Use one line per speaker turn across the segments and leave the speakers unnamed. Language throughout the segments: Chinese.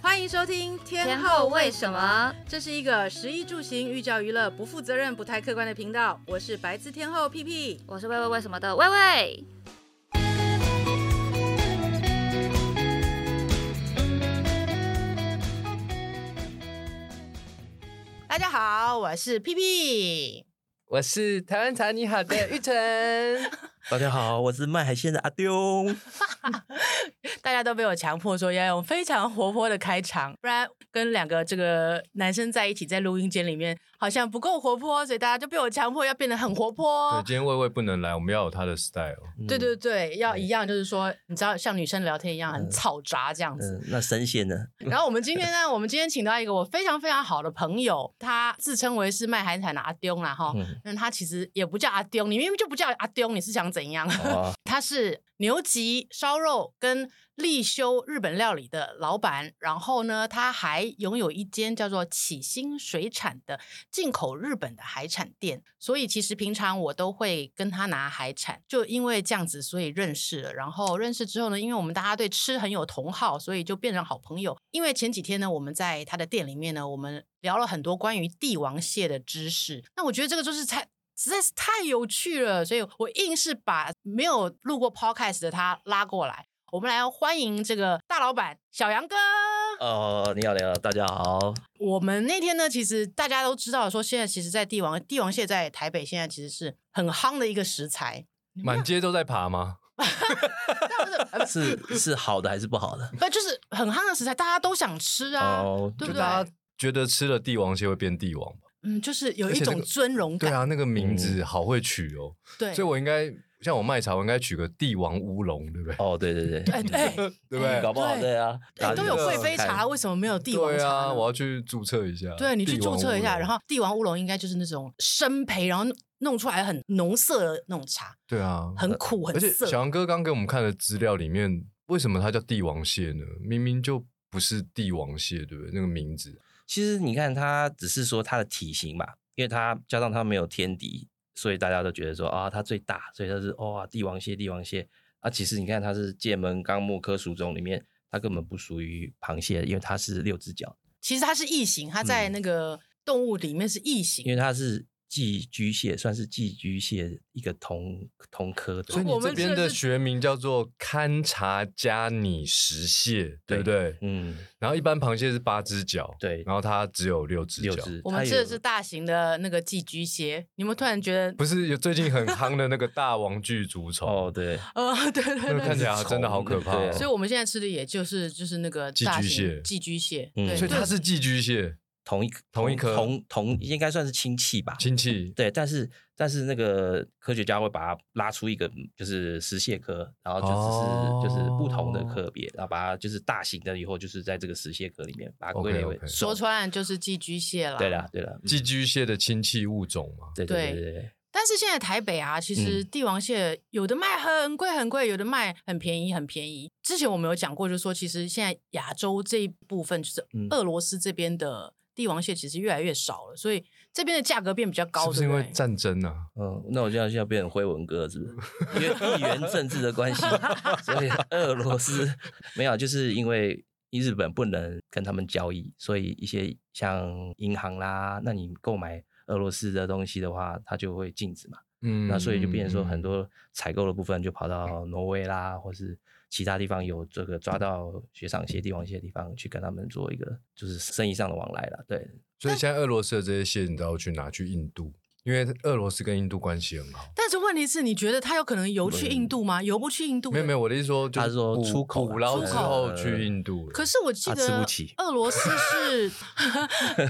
欢迎收听《天后为什么》，这是一个食衣住行、寓教于乐、不负责任、不太客观的频道。我是白字天后屁屁。
我是喂喂为什么的喂喂。
大家好，我是屁屁。
我是台湾茶你好的玉成，
大家好，我是卖海鲜的阿丢。
大家都被我强迫说要用非常活泼的开场，不然跟两个这个男生在一起在录音间里面好像不够活泼，所以大家就被我强迫要变得很活
对，
泼。
今天魏魏不能来，我们要有他的 style。
嗯
对对对，要一样，就是说，你知道像女生聊天一样很
嗯
吵杂这样子。
嗯，那生鲜呢？
然后我们今天呢，我们今天请到一个我非常非常好的朋友，他自称为是卖海产的阿丢啦哈，
嗯，
但他其实也不叫阿丢，你明明就不叫阿丢，你是想怎样？
哦，
他是牛脊烧肉跟立修日本料理的老板，然后呢，他还拥有一间叫做启兴水产的进口日本的海产店，所以其实平常我都会跟他拿海产，就因为这样子，所以认识了。然后认识之后呢，因为我们大家对吃很有同好，所以就变成好朋友。因为前几天呢，我们在他的店里面呢，我们聊了很多关于帝王蟹的知识。那我觉得这个就是才实在是太有趣了，所以我硬是把没有录过 podcast 的他拉过来。我们来欢迎这个大老板小杨哥。
哦，你好，你好，大家好。
我们那天呢，其实大家都知道，说现在其实，在帝王帝王蟹在台北现在其实是很夯的一个食 材。
满街都在爬吗？
那不是呃不
是 是好的还是不好的？
不就是很夯的食材，大家都想吃啊，
哦，
对不对？
大家觉得吃了帝王蟹会变帝王吧？
嗯，就是有
而
一
且这
种
个
尊荣
对
感。
啊，那个名字好会取哦，
嗯对
所以我应该像我卖茶，我应该取个帝王乌龙， 对不对？
哦，对对对，
哎哎
嗯对不对？
搞不好
对
对啊，
哎，都有
这个
贵妃茶，为什么没有帝王
对
茶呢？
啊，我要去注册一下。
对你去
帝王
注
乌
册一下，
龙
然后帝王乌龙应该就是那种生培，然后弄出来很浓涩的那种茶，
对啊，
很苦很
而且
涩。
小杨哥刚给我们看的资料里面，为什么它叫帝王蟹呢？明明就不是帝王蟹，对不对？那个名字，
其实你看，它只是说它的体型嘛，因为它加上它没有天敌，所以大家都觉得说啊，它最大，所以它是哇、帝王蟹，帝王蟹啊。其实你看，它是界门纲目科属种里面，它根本不属于螃蟹，因为它是六只脚，
其实它是异形，它在
嗯
那个动物里面是异形。
因为它是寄居蟹，算是寄居蟹一个同同科的。
所以
我
你
们
这边
这
的
是
学名叫做勘察加拟石蟹，对不对？
嗯，
然后一般螃蟹是八只脚，
对
然后它只有六只
六
脚。
只。
我们
它
吃的
有
是大型的那个寄居蟹，你们突然觉得
不是有最近很夯的那个大王巨足虫，
哦，对，
呃， 对对
那个
对。
看起来真的好可怕哦、
对
所以我们现在吃的也就是就是那个
寄
大
居
型
蟹
寄居蟹，
嗯
对，
所以它
对
是寄居蟹
同一
同一科
同同应该算是亲戚吧。
亲戚，
对，但是但是那个科学家会把它拉出一个就是石蟹科，然后就只是、就是不同的科别，然后把它就是大型的以后就是在这个石蟹科里面把它归类为
OK，OK
说穿来就是寄居蟹啦。
对啦对啦，嗯
寄居蟹的亲戚物种嘛。
对对对对对，
但是现在台北啊，其实
嗯
帝王蟹有的卖很贵很贵，有的卖很便宜很便宜。之前我们有讲过，就是说其实现在亚洲这一部分，就是
嗯
俄罗斯这边的帝王蟹其实越来越少了，所以这边的价格变比较高，
是不是因
对
为
不对？
战争啊？
嗯，那我这样就要变成辉文哥了是不是？因为地缘政治的关系，所以俄罗斯没有，就是因为日本不能跟他们交易，所以一些像银行啦，那你购买俄罗斯的东西的话，它就会禁止嘛。
嗯
那所以就变成说，很
嗯
多采购的部分就跑到挪威啦，或是其他地方有这个抓到雪场蟹、帝王蟹的地方去跟他们做一个就是生意上的往来了。对，
所以现在俄罗斯的这些蟹，你都要去拿去印度，因为俄罗斯跟印度关系很好。
但是问题是，你觉得它有可能游去印度吗？游不去印度？
没有没有，。我的意思说，就
他
是
是说
捕
出口啦呃
捕捞
出
之
口
后去印度了。
可是我记
它吃
得
不起
俄罗斯 是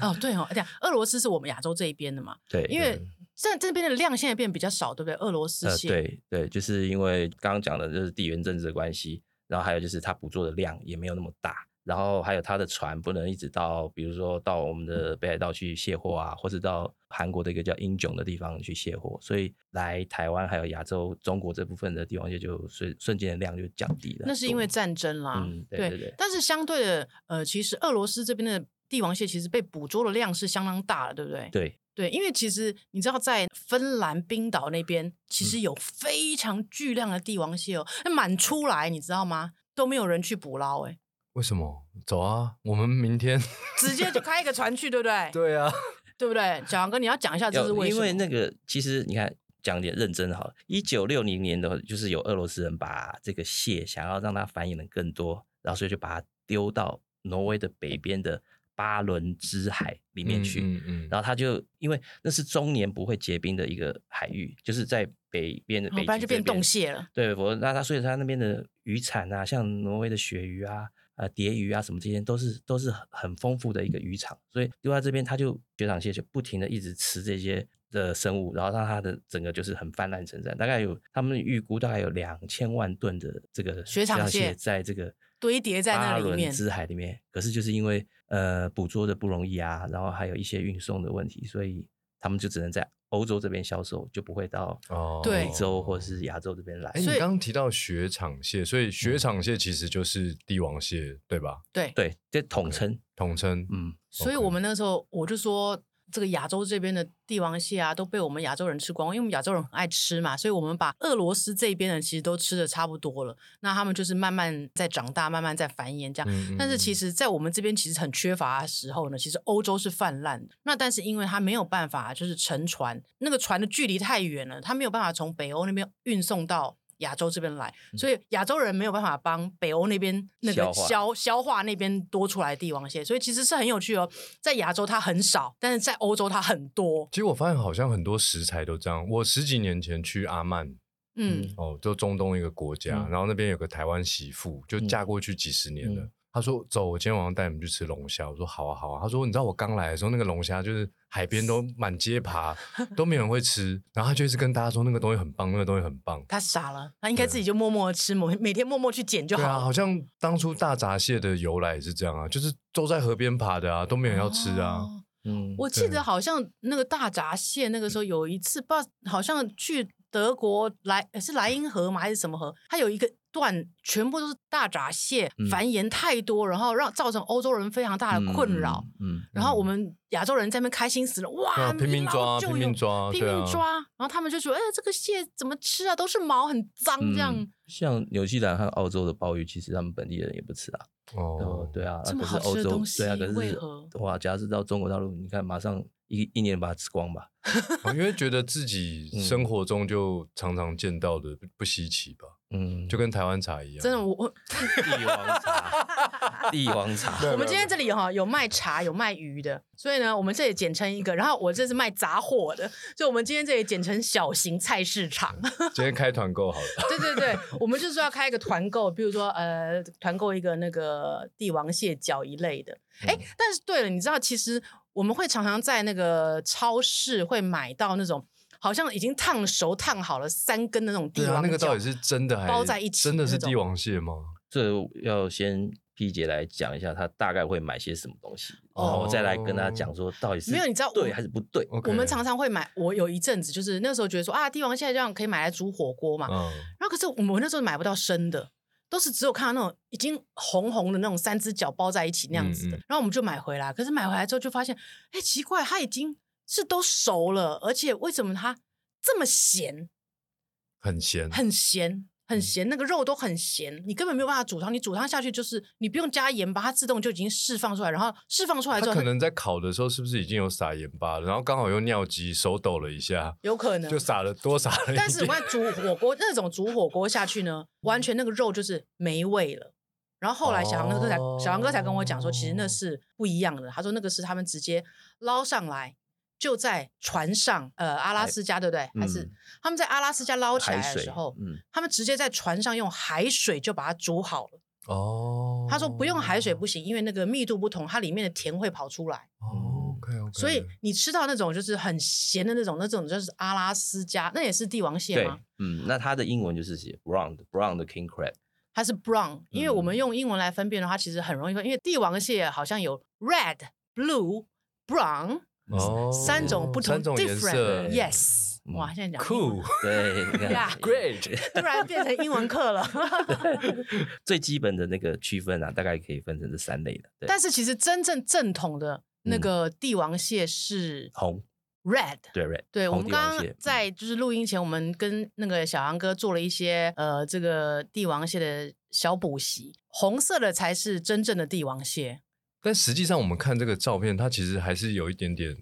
哦对哦，对，俄罗斯是我们亚洲这一边的嘛，
对，
因为在这边的量现在变比较少，对不对？俄罗斯
呃，
蟹、
对对，就是因为刚刚讲的就是地缘政治的关系，然后还有就是它捕捉的量也没有那么大，然后还有它的船不能一直到，比如说到我们的北海道去卸货啊，或是到韩国的一个叫英囧的地方去卸货，所以来台湾还有亚洲中国这部分的帝王蟹就瞬瞬间的量就降低了很多。
那是因为战争啦，
嗯对对对
但是相对的，呃，其实俄罗斯这边的帝王蟹其实被捕捉的量是相当大的，对不对？
对
对因为其实你知道，在芬兰、冰岛那边，其
嗯
实有非常巨量的帝王蟹哦，那满出来，你知道吗？都没有人去捕捞、哎，
为什么？走啊，我们明 天。
直接就开一个船去，对不对？
对啊，
对不对？小杨哥，你要讲一啊下这是
要
为什
因
么？
为那个其实你看讲点认真好了，一九六零年的就是有俄罗斯人把这个蟹想要让它繁衍的更多，然后所以就把它丢到挪威的北边的巴伦支海里面去。
嗯嗯
然后它就因为那是终年不会结冰的一个海域，就是在北边的
哦
北
不然
极
就变
这边
冻蟹了。
对，我那它所以它那边的渔产啊，像挪威的鳕鱼啊、啊蝶鱼啊什么这些，都是都是很很丰富的一个渔场。所以丢在这边，它就雪场蟹就不停的一直吃这些的生物，然后让它的整个就是很泛滥成长。大概有他们预估大概有两千万吨的这个
雪场蟹
蟹在这个
堆叠在那
巴
里
伦
面
支海里面。可是就是因为呃捕捉的不容易啊，然后还有一些运送的问题，所以他们就只能在欧洲这边销售，就不会到
嗯，哦
对
美洲或是亚洲这边来。
哎，你
所以
刚刚提到雪场蟹，所以雪场蟹其实就是帝王蟹，对吧？
对，
对，这统称，
统称。
嗯，
所以我们那时候我就说，这个亚洲这边的帝王蟹啊，都被我们亚洲人吃光，因为我们亚洲人很爱吃嘛，所以我们把俄罗斯这边的其实都吃的差不多了。那他们就是慢慢在长大，慢慢在繁衍这样。
嗯，嗯
但是其
嗯
实，在我们这边其实很缺乏的时候呢，其实欧洲是泛滥的。那但是因为它没有办法，就是乘船，那个船的距离太远了，它没有办法从北欧那边运送到亚洲这边来，
嗯
所以亚洲人没有办法帮北欧那边那个
消化
消消化那边多出来的帝王蟹，所以其实是很有趣哦。在亚洲它很少，但是在欧洲它很多。
其实我发现好像很多食材都这样。我十几年前去阿曼，
嗯，
哦，就中东一个国家，
嗯
然后那边有个台湾媳妇，就嫁过去几十年了。
嗯
她说：“走，我今天晚上带你们去吃龙虾。”我说：“好啊，好啊。”她说：“你知道我刚来的时候，那个龙虾就是海边都满街爬，都没有人会吃。然后她就一直跟大家说那个东西很棒，那个东西很棒。
他傻了，他应该自己就默默地吃，每每天默默去捡就
啊对
好
啊，
了。
好像当初大闸蟹的由来也是这样啊，就是都在河边爬的啊，都没有人要吃啊。
哦
嗯，
我记
对
得好像那个大闸蟹，那个时候有一次，不知道好像去德国莱呃是莱茵河吗还是什么河？它有一个段全部都是大闸蟹
嗯
繁衍太多，然后让造成欧洲人非常大的困扰。
嗯，
然后我们亚洲人在那边开心死了，哇，
对啊，拼命
捞
抓，
就
拼
有
命抓，
拼
对啊
命抓，然后他们就说：“哎，这个蟹怎么吃啊？都是毛，很脏。”
嗯
这样、
嗯像纽西兰和澳洲的鲍鱼，其实他们本地人也不吃啊。
哦
哦，，对啊，
这么
可是
好吃的
欧洲
东西
对啊，可
为
是
何
哇，假如是到中国大陆，你看马上一一年把它吃光吧。
哦因为觉得自己
嗯
生活中就常常见到的不不稀奇吧。
嗯，
就跟台湾茶一样。
真的，我我
帝王 茶，帝王茶，
我们今天这里哈有卖茶，有卖鱼的，所以呢，我们这里简称一个。然后我这是卖杂货的，所以我们今天这里简称小型菜市场。
今天开团购好了，
对对对，我们就是要开一个团购，比如说呃，团购一个那个帝王蟹脚一类的。哎、
嗯
但是对了，你知道其实我们会常常在那个超市会买到那种好像已经烫熟烫好了三根的那种帝
对
王
啊，那个
脚
到底是真的还
包在一起
真的是
那种
帝王蟹吗？
这要先 P 姐来讲一下，她大概会买些什么东西，然后我再来跟她讲说到底是
没有你知道我
对还是不对。
OK 嗯
我们常常会买，我有一阵子就是那时候觉得说啊，帝王蟹这样可以买来煮火锅嘛，
嗯，
然后可是我们那时候买不到生的，都是只有看到那种已经红红的那种三只脚包在一起那样子的，
嗯嗯
然后我们就买回来。可是买回来之后就发现，哎，奇怪，它已经是都熟了，而且为什么它这么咸，
很咸，
很咸？很咸，那个肉都很咸，你根本没有办法煮汤。你煮汤下去就是你不用加盐吧，它自动就已经释放出来，然后释放出来
它
之后，
可能在烤的时候是不是已经有撒盐巴了？然后刚好又尿急，手抖了一下，
有可能
就撒了多撒了一点。
但是我看煮火锅那种煮火锅下去呢，完全那个肉就是没味了。然后后来小杨哥才、
哦
小杨哥才跟我讲说，其实那
哦
是不一样的。他说那个是他们直接捞上来，就在船上，呃，阿拉斯加对不对？还是
嗯
他们在阿拉斯加捞起
海
来的
水
时候，
嗯，
他们直接在船上用海水就把它煮好了。
哦，
他说不用海水不行，因为那个密度不同，它里面的甜会跑出来。
，OK OK，
所以你吃到那种就是很咸的那种，那种就是阿拉斯加，那也是帝王蟹
对
吗？，
嗯，那它的英文就是写 brown 的 brown 的 king crab，
它是 brown，因为我
嗯
们用英文来分辨的话，其实很容易分，因为帝王蟹好像有 red、blue、brown
哦
三种不同、
三种颜色
different。Yes，
嗯
哇，现在讲英文
酷，
对你 看
Yeah突然变成英文课 了。
最基本的那个区分啊，大概可以分成这三类的。对，
嗯
但是其实真正正统的那个帝王蟹是
红
Red。
对，red，
对，我
红
们
帝王
刚刚
蟹嗯
在就是录音前，我们跟那个小杨哥做了一些呃这个帝王蟹的小补习，红色的才是真正的帝王蟹，
但实际上我们看这个照片，它其实还是有一点点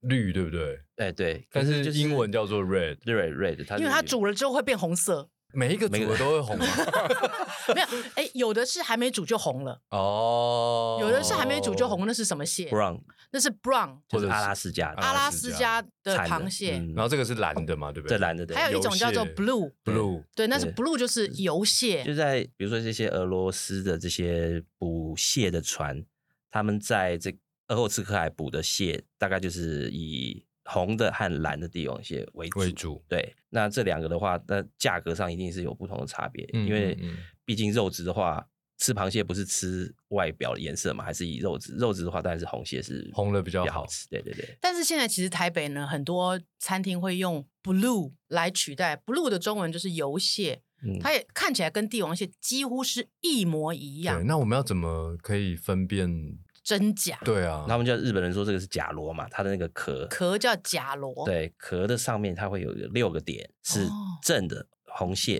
绿，对不对？
哎对，
但
可
是
就是
英文叫做 red，
red red，它
啊
因为
是
它
有
煮了之后会变红色。
每一个组
每个
合都会红吗？啊
没有，哎，有的是还没煮就红了，
哦，
有的是还没煮就红，。那是什么蟹？
brown，
那是 brown，
或
就
者
是
是
阿拉斯加的
阿
阿
拉
拉
斯
斯
加
加
的
产
啊螃蟹，
然后这个是蓝的嘛，对不
这
对？
蓝的对，
还有一
油
种叫做
蟹
blue，
blue，
对，那是
对
blue 就是油
就
蟹，
在比如说这些俄罗斯的这些捕蟹的船，他们在这鄂霍次克海捕的蟹，大概就是以红的和蓝的帝王蟹为主。
为主
对，那这两个的话，那价格上一定是有不同的差别，
嗯
因为
嗯嗯
毕竟肉质的话，吃螃蟹不是吃外表的颜色嘛，还是以肉质，肉质的话当然是红蟹是
红的比较
好
好
吃。对对对，
但是现在其实台北呢，很多餐厅会用 blue 来取代 blue 的中文就是油蟹，
嗯，
它也看起来跟帝王蟹几乎是一模一
对，
样，
那我们要怎么可以分辨？
真假
对啊，
他们叫日本人说这个是甲螺嘛，它的那个壳
壳叫甲螺，，
对，壳的上面它会有六个点是
哦
正的红蟹，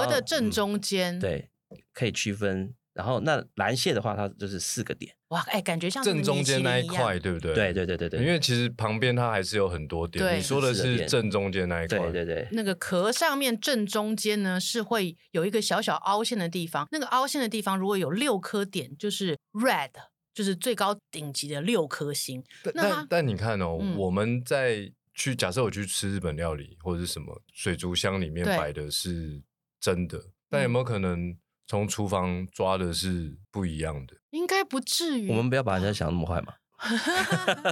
壳的
后
正
嗯
中间，，
对，可以区分。然后那蓝蟹的话，它就是四个点，
哇，哎，感觉像
正中间那一
米其林样
块，，对不对？
对对对对对，
因为其实旁边它还是有很多
对
点，你说的
是的
是
点
正中间那一块，
对对对，
那个壳上面正中间呢是会有一个小小凹陷的地方，那个凹陷的地方如果有六颗点，就是 red，就是最高顶级的六颗星。
但
那它
但但你看哦，
嗯
我们在去假设我去吃日本料理或者是什么水族箱里面
对嗯
摆的是真的，但有没有可能从厨房抓的是不一样的？
应该不至于。
我们不要把人家想那么坏嘛。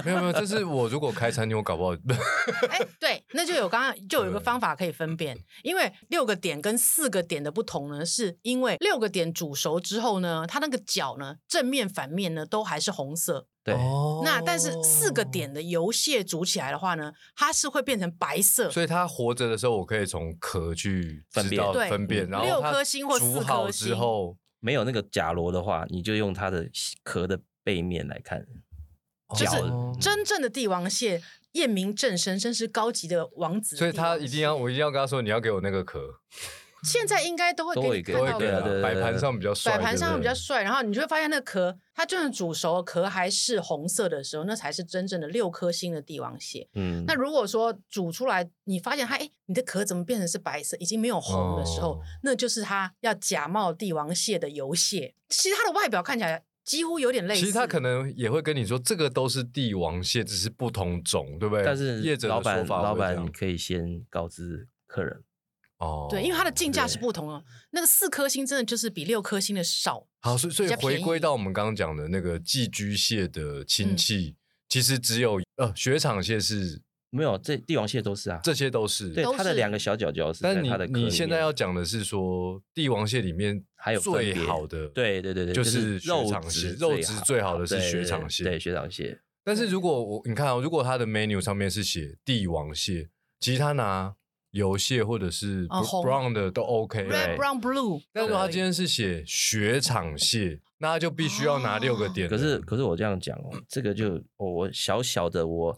没有没有，这是我如果开餐厅，我搞不好
哎，对，那就有刚刚就有一个
对
方法可以分辨，因为六个点跟四个点的不同呢，是因为六个点煮熟之后呢，它那个角呢，正面反面呢都还是红色。
对，
哦
那但是四个点，的油蟹煮起来的话呢，它是会变成白色。
所以它活着的时候，我可以从壳去
分
知
辨
道
对
分辨，然后
六
它
颗星或四
煮
颗
好之
星
后，
没有那个甲螺的话，你就用它的壳的背面来看，
就是
角
哦
真正的帝王蟹，验明正身，真是高级的王子。
所以他一定要，，我一定要跟他说，你要给我那个壳，
现在应该都会
都
给
会
你
给
看
我
到
会
的
给啊
对啊对啊对啊
摆盘上比较帅，
摆盘上比较
帅。
帅，然后你就会发现那壳，它就是煮熟了壳还是红色的时候，那才是真正的六颗星的帝王蟹。
嗯，
那如果说煮出来，你发现它，哎，你的壳怎么变成是白色，已经没有红的时候，
哦
那就是它要假冒帝王蟹的油蟹。其实它的外表看起来几乎有点类似，
其实他可能也会跟你说，这个都是帝王蟹，只是不同种，对不对？
但是
业者的
老
说
板
法
老
会这样
板可以先告知客人，
哦，
对，因为它的进价是
对
不同的。那个四颗星真的就是比六颗星的少。
好，所以所以
比较便
回归
宜
到我们刚刚讲的那个寄居蟹的
嗯
亲戚，其实只有呃雪场蟹是，
没有这帝王蟹都是啊，
这些都是。
对
都
它的
是
两个小角角是在
但你
它的壳里
你
面
现在要讲的是说，帝王蟹里面
还有分
最
别
好的，
对对对对，
就
就是
是
肉
雪场蟹，
质
肉
最
质
好
最好的是
对
雪
对
场
对
蟹，
对雪场蟹，
但是如果我你看啊、如果它的 menu 上面是写帝王蟹，其实他拿油蟹或者是
哦
br-
红
brown 的都 OK，
Red,
对
brown, blue，
但如果他今天是写雪场蟹，那他就必须要拿六个点了。
可是可是我这样讲哦，这个就我我小小的我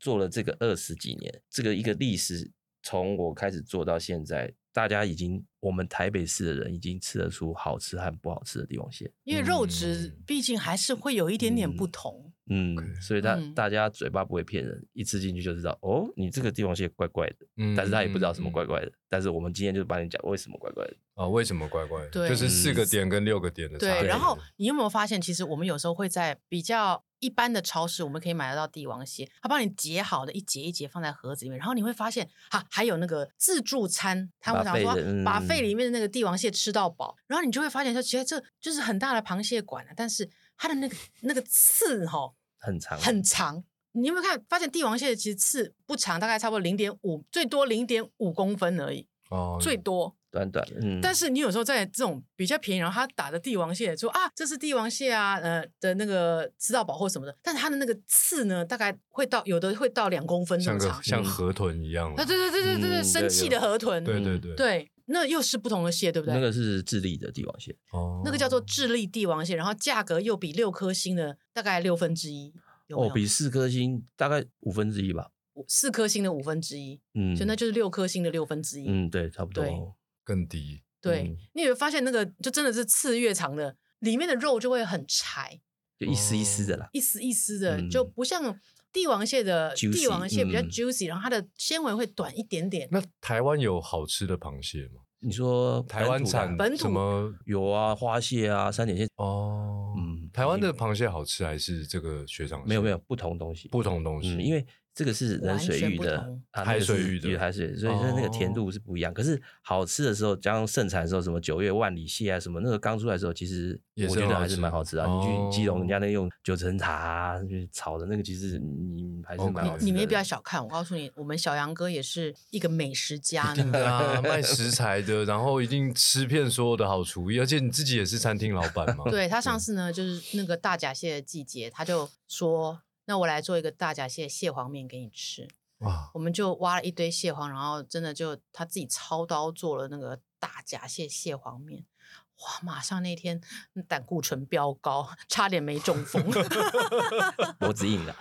做了这个二十几年，这个一个历史，从我开始做到现在，大家已经我们台北市的人已经吃得出好吃和不好吃的帝王蟹，
因为肉质
嗯
毕竟还是会有一点点不
嗯
同。
嗯
OK
所以他、
嗯
大家嘴巴不会骗人，一吃进去就知道哦，你这个帝王蟹怪怪的，
嗯，
但是他也不知道什么
嗯
怪怪的，但是我们今天就帮你讲为什么怪怪的，
啊？为什么怪怪的？
对
就是四
嗯
个点跟六个点的差别。
对，然后你有没有发现，其实我们有时候会在比较一般的超市，我们可以买得到帝王蟹，它帮你截好的一节一节放在盒子里面，然后你会发现，哈、还有那个自助餐，他们想
Buffet
说
的嗯
把肺里面的那个帝王蟹吃到饱，然后你就会发现说，其实这就是很大的螃蟹馆啊，但是它的那个那个刺哈、
很长
很长。你有没有看发现帝王蟹其实刺不长，大概差不多零点五，最多零点五公分而已，
哦，
最多。
短短，嗯，
但是你有时候在这种比较便宜，然后他打的帝王蟹说啊，这是帝王蟹啊，呃的那个吃到饱或什么的，但是它的那个刺呢，大概会到有的会到两公分那
像
么
个
长。嗯
像河豚一样了
啊，。对对对对对对，
嗯
生
对
气
有
的河豚，
对对对，
对那又是不同的蟹，对不对？
那个是智利的帝王蟹，
哦
那个叫做智利帝王蟹，然后价格又比六颗星的大概六分之一，有没
哦，
有
比四颗星大概五分之一吧。
四颗星的五分之一，
嗯，
所以那就是六颗星的六分之一。
嗯，对，差不
对
多。
更低。
对
嗯，
你有没有发现那个就真的是刺越长的，里面的肉就会很柴，
就一丝一丝的
哦
啦。
一丝一丝的，
嗯
就不像帝王蟹的
Juicy，
帝王蟹比较
嗯
juicy，、然后它的纤维会短一点点。
那台湾有好吃的螃蟹吗？
你说
台湾
本土的啊
产
本土
什么？
有啊，花蟹啊，三点蟹，
哦，
嗯
台湾的螃蟹好吃还是这个雪场蟹？
没有没有不同东西，
不同东西，
嗯，因为这个是冷水
完全
浴
不
的
同
啊，
海
那个
水
是
浴的
有海水，所以说那个
哦
甜度是不一样。可是好吃的时候，加上盛产的时候，什么九月万里蟹啊，什么那个刚出来的时候，其实
也
我
是
觉
很
得
好
还是
吃
蛮好吃的啊。你
哦
去基隆，人家那用九层塔啊去炒的那个，其实你还是
OK
蛮好吃的。
你们也不要小看，我告诉你，我们小杨哥也是一个美食家
一定
呢。
的啊，卖食材的，然后一定吃遍所有的好厨艺，而且你自己也是餐厅老板嘛。
对他上次呢，就是那个大闸蟹的季节，他就说：“那我来做一个大闸蟹蟹黄面给你吃。”
哇，
我们就挖了一堆蟹黄，然后真的就他自己操刀做了那个大闸蟹蟹黄面。哇！马上那天嗯胆固醇飙高， 差点没中风，
脖子硬的，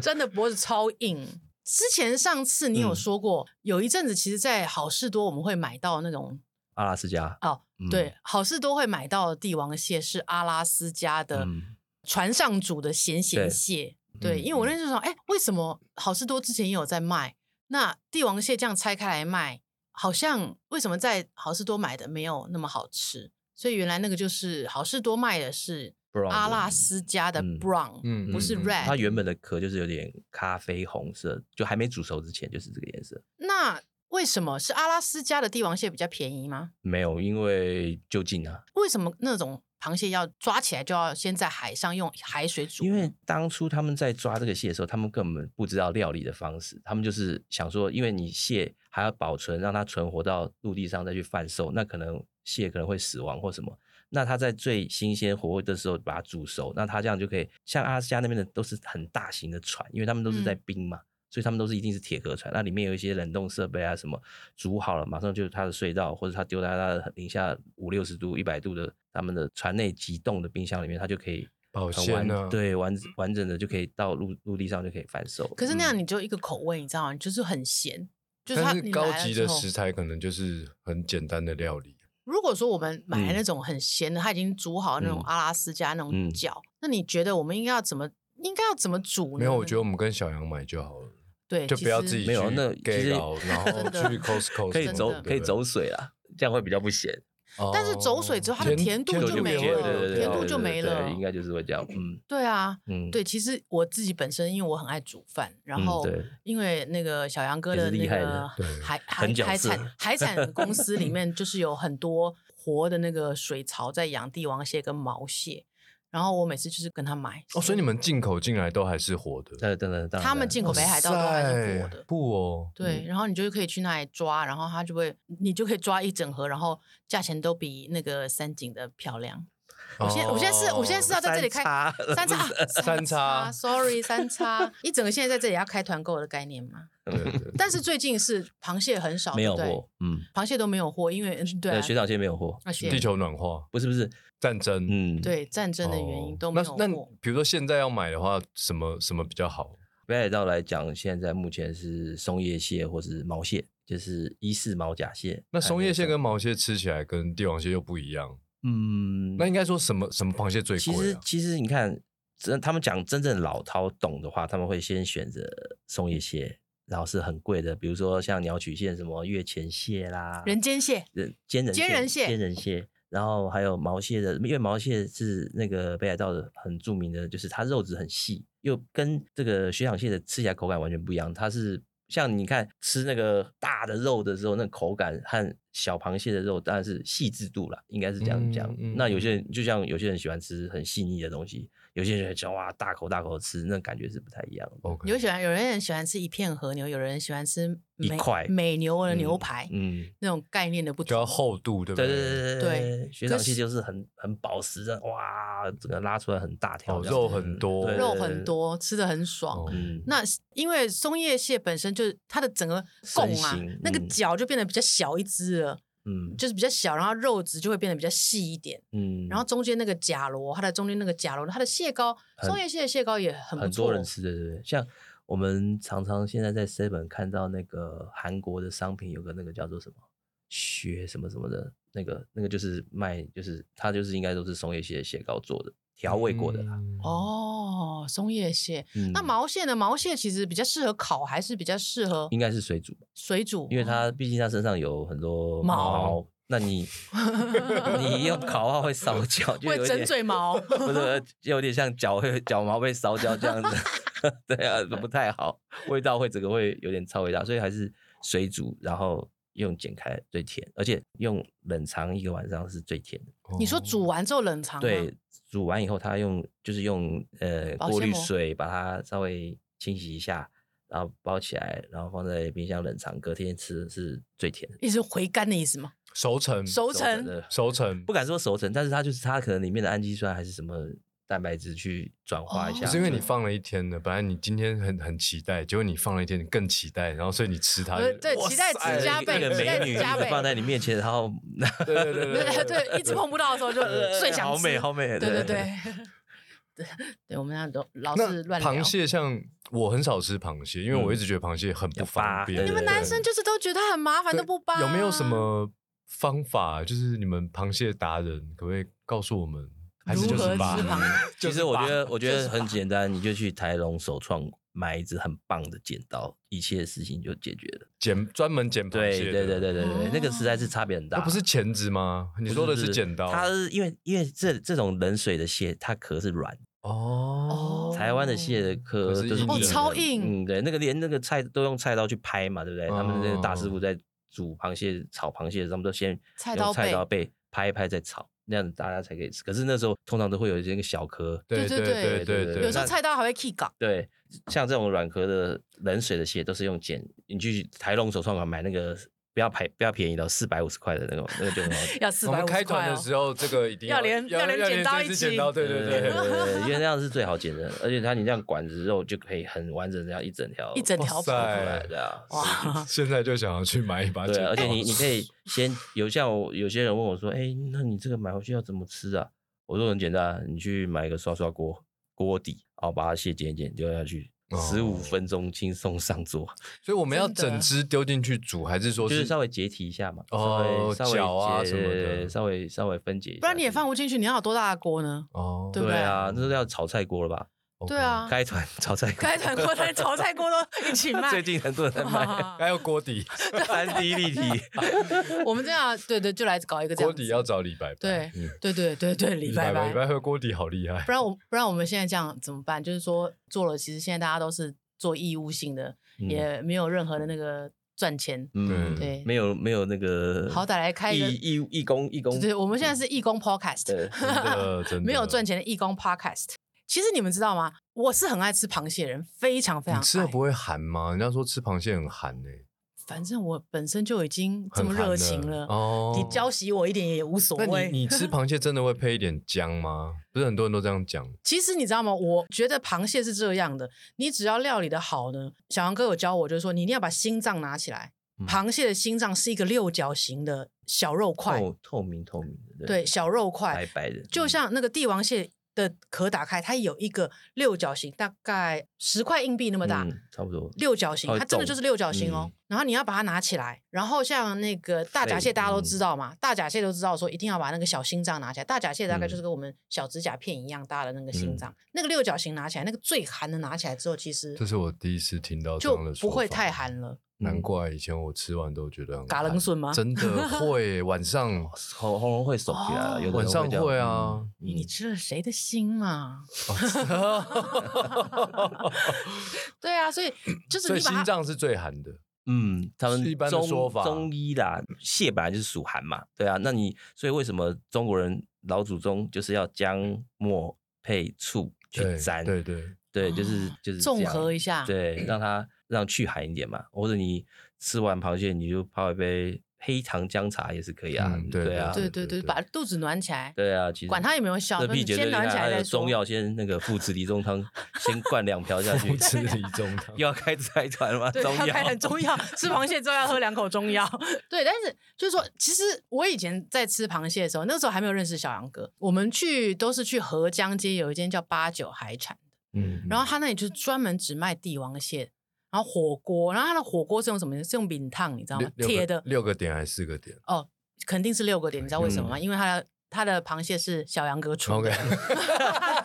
真的脖子超硬。之前上次你有
嗯
说过，有一阵子其实，在好事多我们会买到那种
阿拉斯 加
哦，
嗯
对，好事多会买到帝王蟹是阿拉斯加的
嗯
船上煮的咸咸
对
蟹。对，
嗯
因为我那时候想，哎、为什么好事多之前也有在卖？那帝王蟹这样拆开来卖，好像为什么在好事多买的没有那么好吃？所以原来那个就是好事多卖的是
Brown
阿拉斯加的
嗯
brown，、
嗯
不是
嗯嗯
red。
它原本的壳就是有点咖啡红色，就还没煮熟之前就是这个颜色。
那为什么是阿拉斯加的帝王蟹比较便宜吗？
没有，因为就近啊，
为什么那种螃蟹要抓起来就要先在海上用海水煮呢？
因为当初他们在抓这个蟹的时候，他们根本不知道料理的方式，他们就是想说，因为你蟹还要保存，让它存活到陆地上再去贩售，那可能蟹可能会死亡或什么。那它在最新鲜活的时候把它煮熟，那它这样就可以像阿拉斯加那边的都是很大型的船，因为他们都是在
嗯
冰嘛，所以他们都是一定是铁壳船，那里面有一些冷冻设备啊什么，煮好了马上就是它的隧道，或者它丢在它的零下五六十度、一百度的他们的船内急冻的冰箱里面，它就可以
保
很
鲜
完
啊
对完完整的就可以到陆陆地上就可以贩售。
可是那样
嗯
你就一个口味，你知道吗？就是很咸，就是它
但是
你
高
来了
级
之
的
后
食。材可能就是很简单的料理，
如果说我们买
嗯
那种很咸的，它已经煮好那种
嗯
阿拉斯加那种
嗯
饺，那你觉得我们应该要怎么？应该要怎么煮呢？
没有，我觉得我们跟小杨买就好了，
对，
就
其
不要
实
自己
没有
去
那
gay
其实
佬然后
真的
去 Costco
可以
真
走
的
可以走，水啊，这样会比较不咸，
对不对
但是走水之后它的
哦
甜度
甜
就没
变
了
了，
对对对
甜度
对
就
对
没
对
了
应该就是会这样。嗯
对啊，
嗯，
对，其实我自己本身因为我很爱煮饭，然
嗯
后
对
因为那个小杨哥
也
的
是
那
厉害的
个
对
海海
很角
海
色
产海产公司里面，就是有很多活的那个水槽在养帝王蟹跟毛蟹，然后我每次就是跟他买
哦，所以你们进口进来都还是活的，
那当然当然，
他们进口北海道都还是活
哇塞
的。
不哦，
嗯
对，然后你就可以去那里抓，然后它就会，你就可以抓一整盒，然后价钱都比那个三井的漂亮。我现在我现在是我现在是要在这里开三
三叉
叉
哦三叉
，sorry 三叉，一整个现在在这里要开团购的概念嘛。
对对对
但是最近是螃蟹很少，
没有
对不对
货，嗯，
螃蟹都没有货，因为嗯对啊
呃雪场蟹没有货，
而
地
且
球暖化、
不是不是，
战争，
嗯，，
对战争的原因
哦
都没有
那那
货。
比如说现在要买的话，什么什么比较好？
北海道来讲，现在目前是松叶蟹或是毛蟹，就是伊氏毛甲蟹。
那松叶蟹跟
还有
毛蟹吃起来跟帝王蟹又不一样，
嗯，
那应该说什么什么螃蟹最
其
贵
实
啊？
其实你看，真他们讲真正老饕懂的话，他们会先选择松叶蟹，然后是很贵的，比如说像鸟取县什么月前蟹啦，
人间蟹
人坚人
坚人蟹
坚人蟹。然后还有毛蟹的，因为毛蟹是那个北海道的很著名的，就是它肉质很细，又跟这个雪场蟹的吃起来口感完全不一样。它是像你看吃那个大的肉的时候，那口感和小螃蟹的肉当然是细致度啦，应该是这样讲。
嗯嗯
那有些人就像有些人喜欢吃很细腻的东西，有些人喜欢哇大口大口吃，那感觉是不太一样的。
OK，
有喜欢，有人喜欢吃一片和牛，有人喜欢吃
一
美
块
美牛的
嗯
牛排，
嗯，
那种概念的不
就
同
要。厚度，对不
对对
对
对
对
学
可
长
是
蟹就是很很饱食的，哇，整个拉出来很大条
哦
这样子，嗯
肉很多
对
肉很，多，吃的很爽。
哦
对对嗯，
那是因为松叶蟹本身就是它的整个
身
拱啊
形，
那个
嗯
脚就变得比较小一只了，
嗯
就是比较小，然后肉质就会变得比较细一点。
嗯，
然后中间那个甲螺，它的中间那个甲螺，它的蟹膏，
很
松叶蟹的蟹膏也很不
很多
错
人。吃的，对不对？像我们常常现在在 Seven 看到那个韩国的商品，有个那个叫做什么雪什么什么的，那个那个就是卖，就是它就是应该都是松叶蟹的蟹膏做的，调味过的啦。
嗯，
哦，松叶蟹。
嗯
那毛蟹呢？毛蟹其实比较适合烤，还是比较适合
应该是水煮吧，
水煮？
因为它毕竟它身上有很多
毛
毛，那你 你用烤的话会烧焦，就
会
有一
整
点
嘴 毛
不是有点像脚会脚毛被烧焦这 样子，对啊，不太好，味道会整个会有点超味道，所以还是水煮，然后用剪开最甜，而且用冷藏一个晚上是最甜的。
你说煮
哦
完之后冷藏吗？
对，煮完以后它用就是用呃
保
过
鲜
滤
膜
水把它稍微清洗一下。然后包起来，然后放在冰箱冷藏，隔天吃是最甜的。
意思回甘的意思吗？
熟成，
熟
真
成
嗯的
熟成
不，敢说熟成，但是它就是它可能里面的氨基酸还是什么蛋白质去转化一
哦
下。
不是因为你放了一天的，本来你今天很很期待，结果你放了一天，你更期待，然后所以你吃它就，
呃对
哇
期待值
塞
加
那个
倍
那个
期待
美
值
女一
加
直
倍
放在你面前，然后
对对对对
对
对
对，一直碰不到的时候就 最想吃。
呃好美好美，
对对对。 对，对我们那都老是
那
乱聊。
螃蟹像我很少吃螃蟹，因为我一直觉得螃蟹很不
要
方
扒
便。
对
你
对
们男生就是都觉得它很麻烦，
对
都不扒。
有没有什？么方法？就是你们螃蟹达人可不可以告诉我们？还是
如
就
何
是
吃
吧，
螃蟹？
就
其
是
实我
拔
觉得，我觉
就
得
是
很简单，你就去台龙首创买一支很棒的剪刀，一切事情就解决了。
剪专门剪螃
对
蟹的，啊
对对对对对
哦，
那个实在是差别很大。
那不是钳子吗？你
不
说的是
不
剪刀？
它是因为因为这这种冷水的蟹，它壳是软的
哦，
台湾的蟹的
可
壳
是
都是
硬的
硬的
哦超硬
嗯，对，那个连那个菜都用菜刀去拍嘛，对不对？他们那个大师
哦
傅在煮螃蟹、炒螃蟹，他们都先
菜刀
用菜
背
刀背拍一拍再炒，那样子大家才可以吃。可是那时候通常都会有一些那个小壳，
对
对对
对
对
对，
对
有时候
那
菜刀还会 kick 搞。
对，像这种软壳的冷水的蟹都是用剪，你去台龙手创馆买那个。不要排不要便宜的，哦四百五十块的那种，那个就很好吃
要四
我
百
们
五
开
十块
团
哦
的！时候，这个一定
要连
要
要连剪刀
这支
一起嗯
剪刀，对对对对。
对，因为那样是最好剪的，而且它你这样管子肉就可以很完整地这样一整条
一整条
哇
跑出来
对
塞，
对啊，
哇，
现在就想要去买一把剪
对啊，
刀，
而且你你可 以先有像我有些人问我说，哎、那你这个买回去要怎么吃啊？我说很简单啊，你去买一个刷刷锅锅底，然后把它蟹剪一剪丢下去
哦，
十五分钟轻松上桌，
所以我们要
真的
整只丢进去煮，还是说
就是
是
稍微解体一下嘛，
哦
稍微
脚啊
稍微解
什么的
稍微稍微分解一下，
不然你也放不进去，你要有多大的锅 呢？
哦，
对不
对
对
啊，这是要炒菜锅了吧？
对啊，
开团 炒菜锅，
开团锅、连炒菜锅都一起卖。
最近很多人在卖，
哇
还有锅底，
三 D 立体，
我们这样，对对，就来搞一个这样
锅
子。
底要找李白白，
对
嗯，
对对对对，李白
白
白
李。白喝锅底好 厉害
不，然我不然我们现在这样怎么办？就是说做了，其实现在大家都是做义务性的，
嗯
也没有任何的那个赚钱。
嗯，
对
没有没有那个，
好歹来开一个
义义义工义工，
对，我们现在是义工 podcast，
对，
真的真的
没有赚。钱的义工 podcast。其实你们知道吗？我是很爱吃螃蟹的人，非常非
你
常
吃了
爱
不。会寒吗？人家说吃螃蟹很寒呢，
反正我本身就已经这
很
么
寒
热
的
情了，
哦。
你教习我一点也无所
那
谓。
你你吃螃蟹真的会配一点姜吗？不是很多人都这样讲，
其实你知道吗？我觉得螃蟹是这样的，你只要料理的好呢，小杨哥有教我，就是说你一定要把心脏拿起来。
嗯
螃蟹的心脏是一个六角形的小肉块，
哦
透透明透明的，
对，小肉
白
块，
白的，
就
嗯
像那个帝王蟹的壳打开，它有一个六角形，大概十块硬币那么大。
嗯差不多
六角形
哦
它，会
它真的
动
就是六角形哦。
嗯
然后你要把它拿起来，然后像那个大闸蟹，
所以
大家都
嗯
知道嘛，大闸蟹都知道说一定要把那个小心脏拿起来。大闸蟹大概就是
嗯
跟我们小指甲片一样大的那个心
嗯
脏，那个六角形拿起来，那个最寒的拿起来之后，其实
这是我第一次听到这
就
样的说
不会
法
太寒嗯了。
难怪以前我吃完都觉得很
嘎
寒
楞笋吗
真的嗯会晚上
喉喉咙会肿起来
哦
了，哦有的
晚
人
上
这样
会啊，
嗯
你吃了谁的心啊 嘛？对啊，所以就是
所以
你把
心
它
脏是最寒的。
嗯，他们
是一般的
中
说法
中医啦，蟹本来就是属寒嘛，对啊，那你所以为什么中国人老祖宗就是要姜末配醋去
对
沾？
对 对，
对，就是
哦
就是
综
这样
合一下
对，让它让去寒一点嘛，或者你吃完螃蟹你就泡一杯黑糖姜茶也是可以啊
嗯，对
对啊，
对
对
对
对
对，
对
把肚子暖起来。
对啊，其实
管它有没有效
这
那
屁
你
绝
先
对厉
暖起
害
来
还
再
有
说
中药先那个附子理中汤，先灌两瓢下去。
不。吃理中汤
又要开财团吗？
对，
中
要
药
开很中药，吃螃蟹之后要喝两口中药。 对，但是就是说，其实我以前在吃螃蟹的时候，那时候还没有认识小杨哥，我们去都是去合江街有一间叫八九海产的，
嗯，
然后他那里就是专门只卖帝王蟹，然后火锅，然后他的火锅是用什么？是用饼烫，你知道吗
六？六个
铁的，
六个点还是四个点
哦，肯定是六个点，你知道为什么吗？因为它的它的螃蟹是小杨哥出
？OK，
的。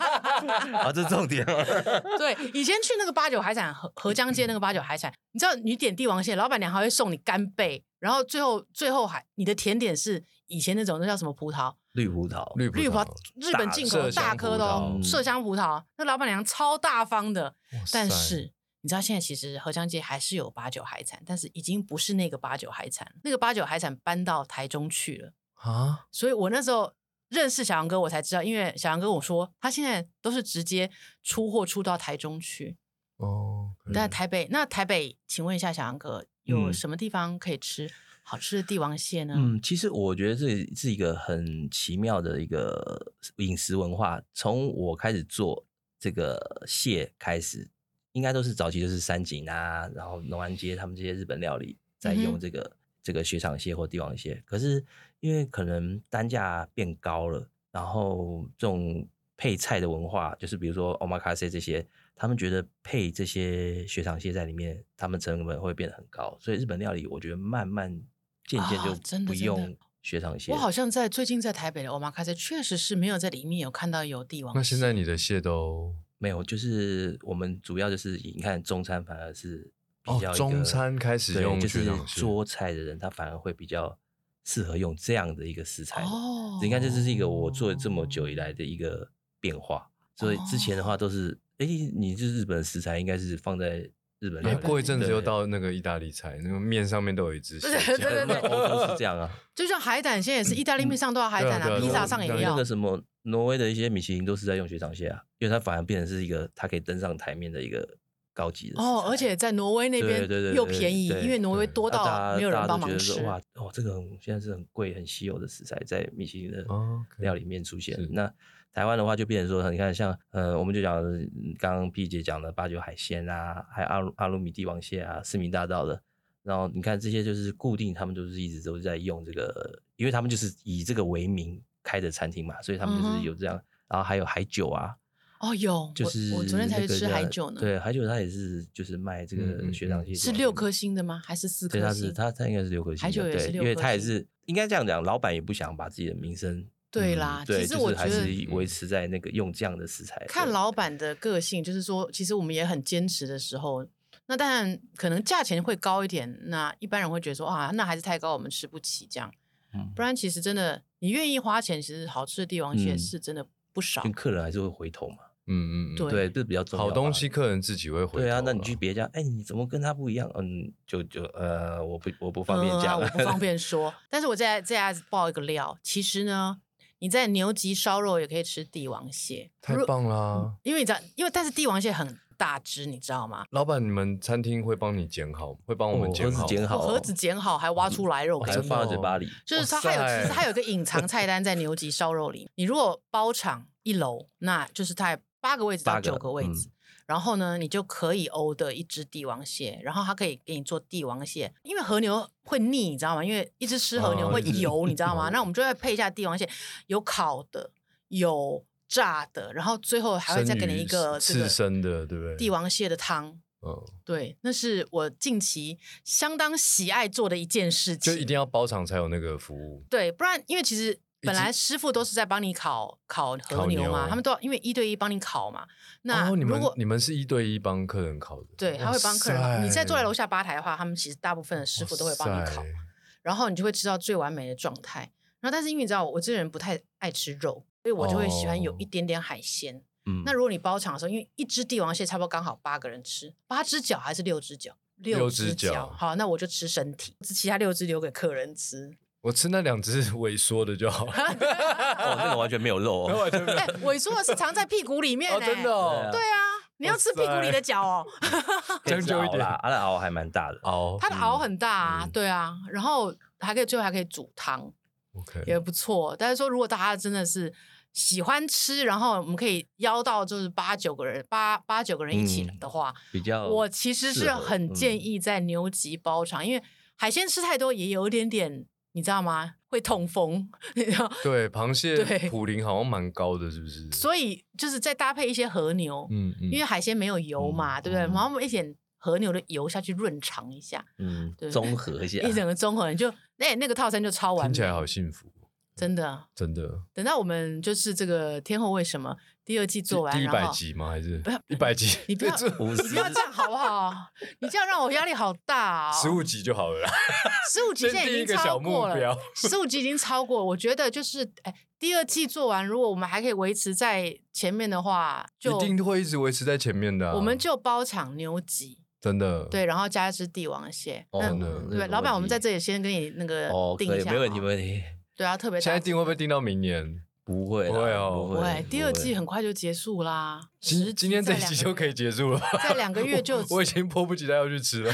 啊，这是重点。
对，以前去那个八九海产河河江街那个八九海产，你知道你点帝王蟹，老板娘还会送你干贝，然后最后最后还你的甜点是以前那种那叫什么葡萄，
绿葡萄，
绿葡
绿葡萄
萄，
日本进口的
大
大颗的哦，
麝
麝香葡萄，那老板娘超大方的，
哇塞
但是你知道现在其实合江街还是有八九海产，但是已经不是那个八九海产，那个八九海产搬到台中去了。
啊，
所以我那时候认识小杨哥，我才知道，因为小杨哥跟我说，他现在都是直接出货出到台中去。
哦，可以
但台北，那台北，请问一下小杨哥，有
嗯
什么地方可以吃好吃的帝王蟹呢？
嗯，其实我觉得这是一个很奇妙的一个饮食文化。从我开始做这个蟹开始，应该都是早期就是三井啊，然后农安街他们这些日本料理在
嗯哼
用这个、这个雪场蟹或帝王蟹。可是因为可能单价变高了，然后这种配菜的文化，就是比如说 omakase 这些，他们觉得配这些雪场蟹在里面，他们成本会变得很高，所以日本料理我觉得慢慢渐渐
啊
就
真的
不
真的
用雪场蟹。
我好像在最近在台北的 omakase 确实是没有在里面有看到有帝王蟹。
那现在你的蟹都
没有，就是我们主要就是你看中餐反而是比
哦
较一个
中餐开始
对
用
就
雪
是
场蟹
做菜的人，他反而会比较适合用这样的一个食材。
哦，
你看，这是一个我做这么久以来的一个变化。所以之前的话都是，哎、你这日本食材应该是放在日本料
哎，
理，
过一阵子又
对
到那个意大利菜，那个面上面都有一只蟹
对对对
欧洲是这样啊，
就像海胆，现在也
嗯
是意大利面上都要海
对啊
胆
对
啊，
啊
披
对啊
萨上也
对啊
要
那个。什么挪威的一些米其林都是在用雪场蟹啊，因为它反而变成是一个它可以登上台面的一个高级的食
哦，
材
而且在挪威那边
对对对
又
对
便宜，
对
因为挪威
对
多
那啊大
到
家
没有
大
人
家
帮
都
忙
觉得
吃
说。哇，哦，这个很现在是很贵、很稀有的食材，在米其林的
哦，OK
料理面出现。
是
那台湾的话，就变成说，你看像呃，我们就讲嗯刚刚 P 姐讲的八九海鲜啊，还有阿鲁阿鲁米帝王蟹啊，市民大道的。然后你看这些就是固定，他们都是一直都是在用这个，因为他们就是以这个为名开的餐厅嘛，所以他们
嗯
就是
哼
有这样。然后还有海酒啊，
哦，有，
就
我
是
我昨天才
那
去
个
吃
叫
海酒呢，，
对，海酒它也是就是卖这
嗯嗯
个
嗯
雪场蟹，
是六颗星的吗？还是四颗
对，它
星？
是它它应该是六颗星的，
海酒也
对
是六
因为
颗
它也
星
是应该这样讲，老板也不想把自己的名声，
对
嗯
啦，
对，
其实我
就是
觉
还
得。
是维持在那个用这样的食材。
看
对
老板的个性，就是说，其实我们也很坚持的时候，那当然可能价钱会高一点，那一般人会觉得说啊，那还是太高，我们吃不起这样。
嗯
不然其实真的，你愿意花钱，其实好吃的帝王蟹
嗯
是真的不少。
跟客人还是会回头嘛，
嗯嗯嗯，
对
对，这比较重要
好
吧。
东西客人自己会回
对啊，
头
那你
啦
去别家，哎，你怎么跟他不一样？嗯，就就呃，我不我不方便
嗯啊
讲了，
我不方 便说。但是我再再来爆一个料，其实呢，你在牛脊烧肉也可以吃帝王蟹，
太
如嗯
棒啦！
因为你知道，因为但是帝王蟹很大只，你知道吗？
老板，你们餐厅会帮你剪好，会帮
哦，
我们
盒
剪
子
好，
剪好
我
哦，
盒子剪好还挖出来肉
我
给
还
你
真的
放在
哦
嘴巴里。
就是它
哇
还有
塞
其实它有一个隐藏菜单在牛脊烧肉里。你如果包场一楼，那就是它有八个位置到
八个
九个位
嗯
置，然后呢，你就可以欧的一只帝王蟹，然后它可以给你做帝王蟹，因为和牛会腻，你知道吗？因为一直吃和牛
哦
会
就是
油，你知道吗
哦？
那我们就会配一下帝王蟹，有烤的，有炸的，然后最后还会再给你一个这
生鱼
个
刺身的，对不对？
帝王蟹的汤。
嗯，
对，那是我近期相当喜爱做的一件事情，
就一定要包场才有那个服务。
对，不然因为其实本
直
来师傅都是在帮你烤烤和
烤
牛嘛，
牛
他们都要因为一对一帮你烤嘛。那
哦、你
如
们
果、
你们是一对一帮客人烤的，
对，他
哇
会帮客人烤。你在坐在楼
塞
下吧台的话，他们其实大部分的师傅都会帮你烤
哇，塞
然后你就会吃到最完美的状态。然后，但是因为你知道我这个人不太爱吃肉，所以我就会喜欢有一
哦
点点海鲜。
嗯，
那如果你包场的时候，因为一只帝王蟹差不多刚好八个人吃，八只脚还是六只脚？
六只
只
脚
好，那我就吃身体，其他六只留给客人 吃。
我吃那两只 萎缩的就好 了，
哦，那个 完全没有肉哦，
哎、萎缩的是藏在屁股里面、欸
哦，真的、哦，
对啊，你要吃屁股里的脚 哦，
将就一
可以吃螯
点
啦，它的螯还蛮大的。
熬
它的螯很大啊，
嗯
对啊，然后还可以最后还可以煮汤，
，OK，
也不错。但是说如果大家真的是喜欢吃，然后我们可以邀到就是八九个人，八八九个人一起
嗯
的话，
比较
呃
我其实
适
是
合
很
嗯
建议在牛脊包场，因为海鲜吃太多也有一点点你知道吗？会痛风，你知道
对，螃蟹
对
普林好像蛮高的，是不是？
所以就是再搭配一些和牛，
嗯嗯，
因为海鲜没有油嘛，
嗯
对不对？
嗯
然后我们一点和牛的油下去润肠一下，
嗯
对，
综合一下，
一整个综合你就哎那、那个套餐就超完
听起来
美，
好幸福，哦
真的。
真的。
等到我们就是这个天后为什么第二季做完，
第一
然
百
后
集吗？还是
不要
一百集？
你不要
五
你不要这样好不好？你这样让我压力好大哦。
十五集就好了啦。
十五集现在已
先定一
经
个
超
小目
过了
标，
十五集已经超过了。我觉得就是，哎，第二季做完，如果我们还可以维持在前面的话，就
一定会一直维持在前面的啊、嗯
我们就包场牛脊，
真的
对，然后加一只帝王蟹。
哦
那
真的
对，老板，我们在这里先跟你那个
哦，可
定一
以，
下，啊
没问题，没。问题，
对啊，特别
现在
大
定会不会定到明年？
不会啦，
不会哦
不
对
会，，
第二季
不会
很快就结束啦。十
今今天
在
这一
两
集
个
就可以结束了吧？
在两个月就
我我已经迫不及待要去 吃了。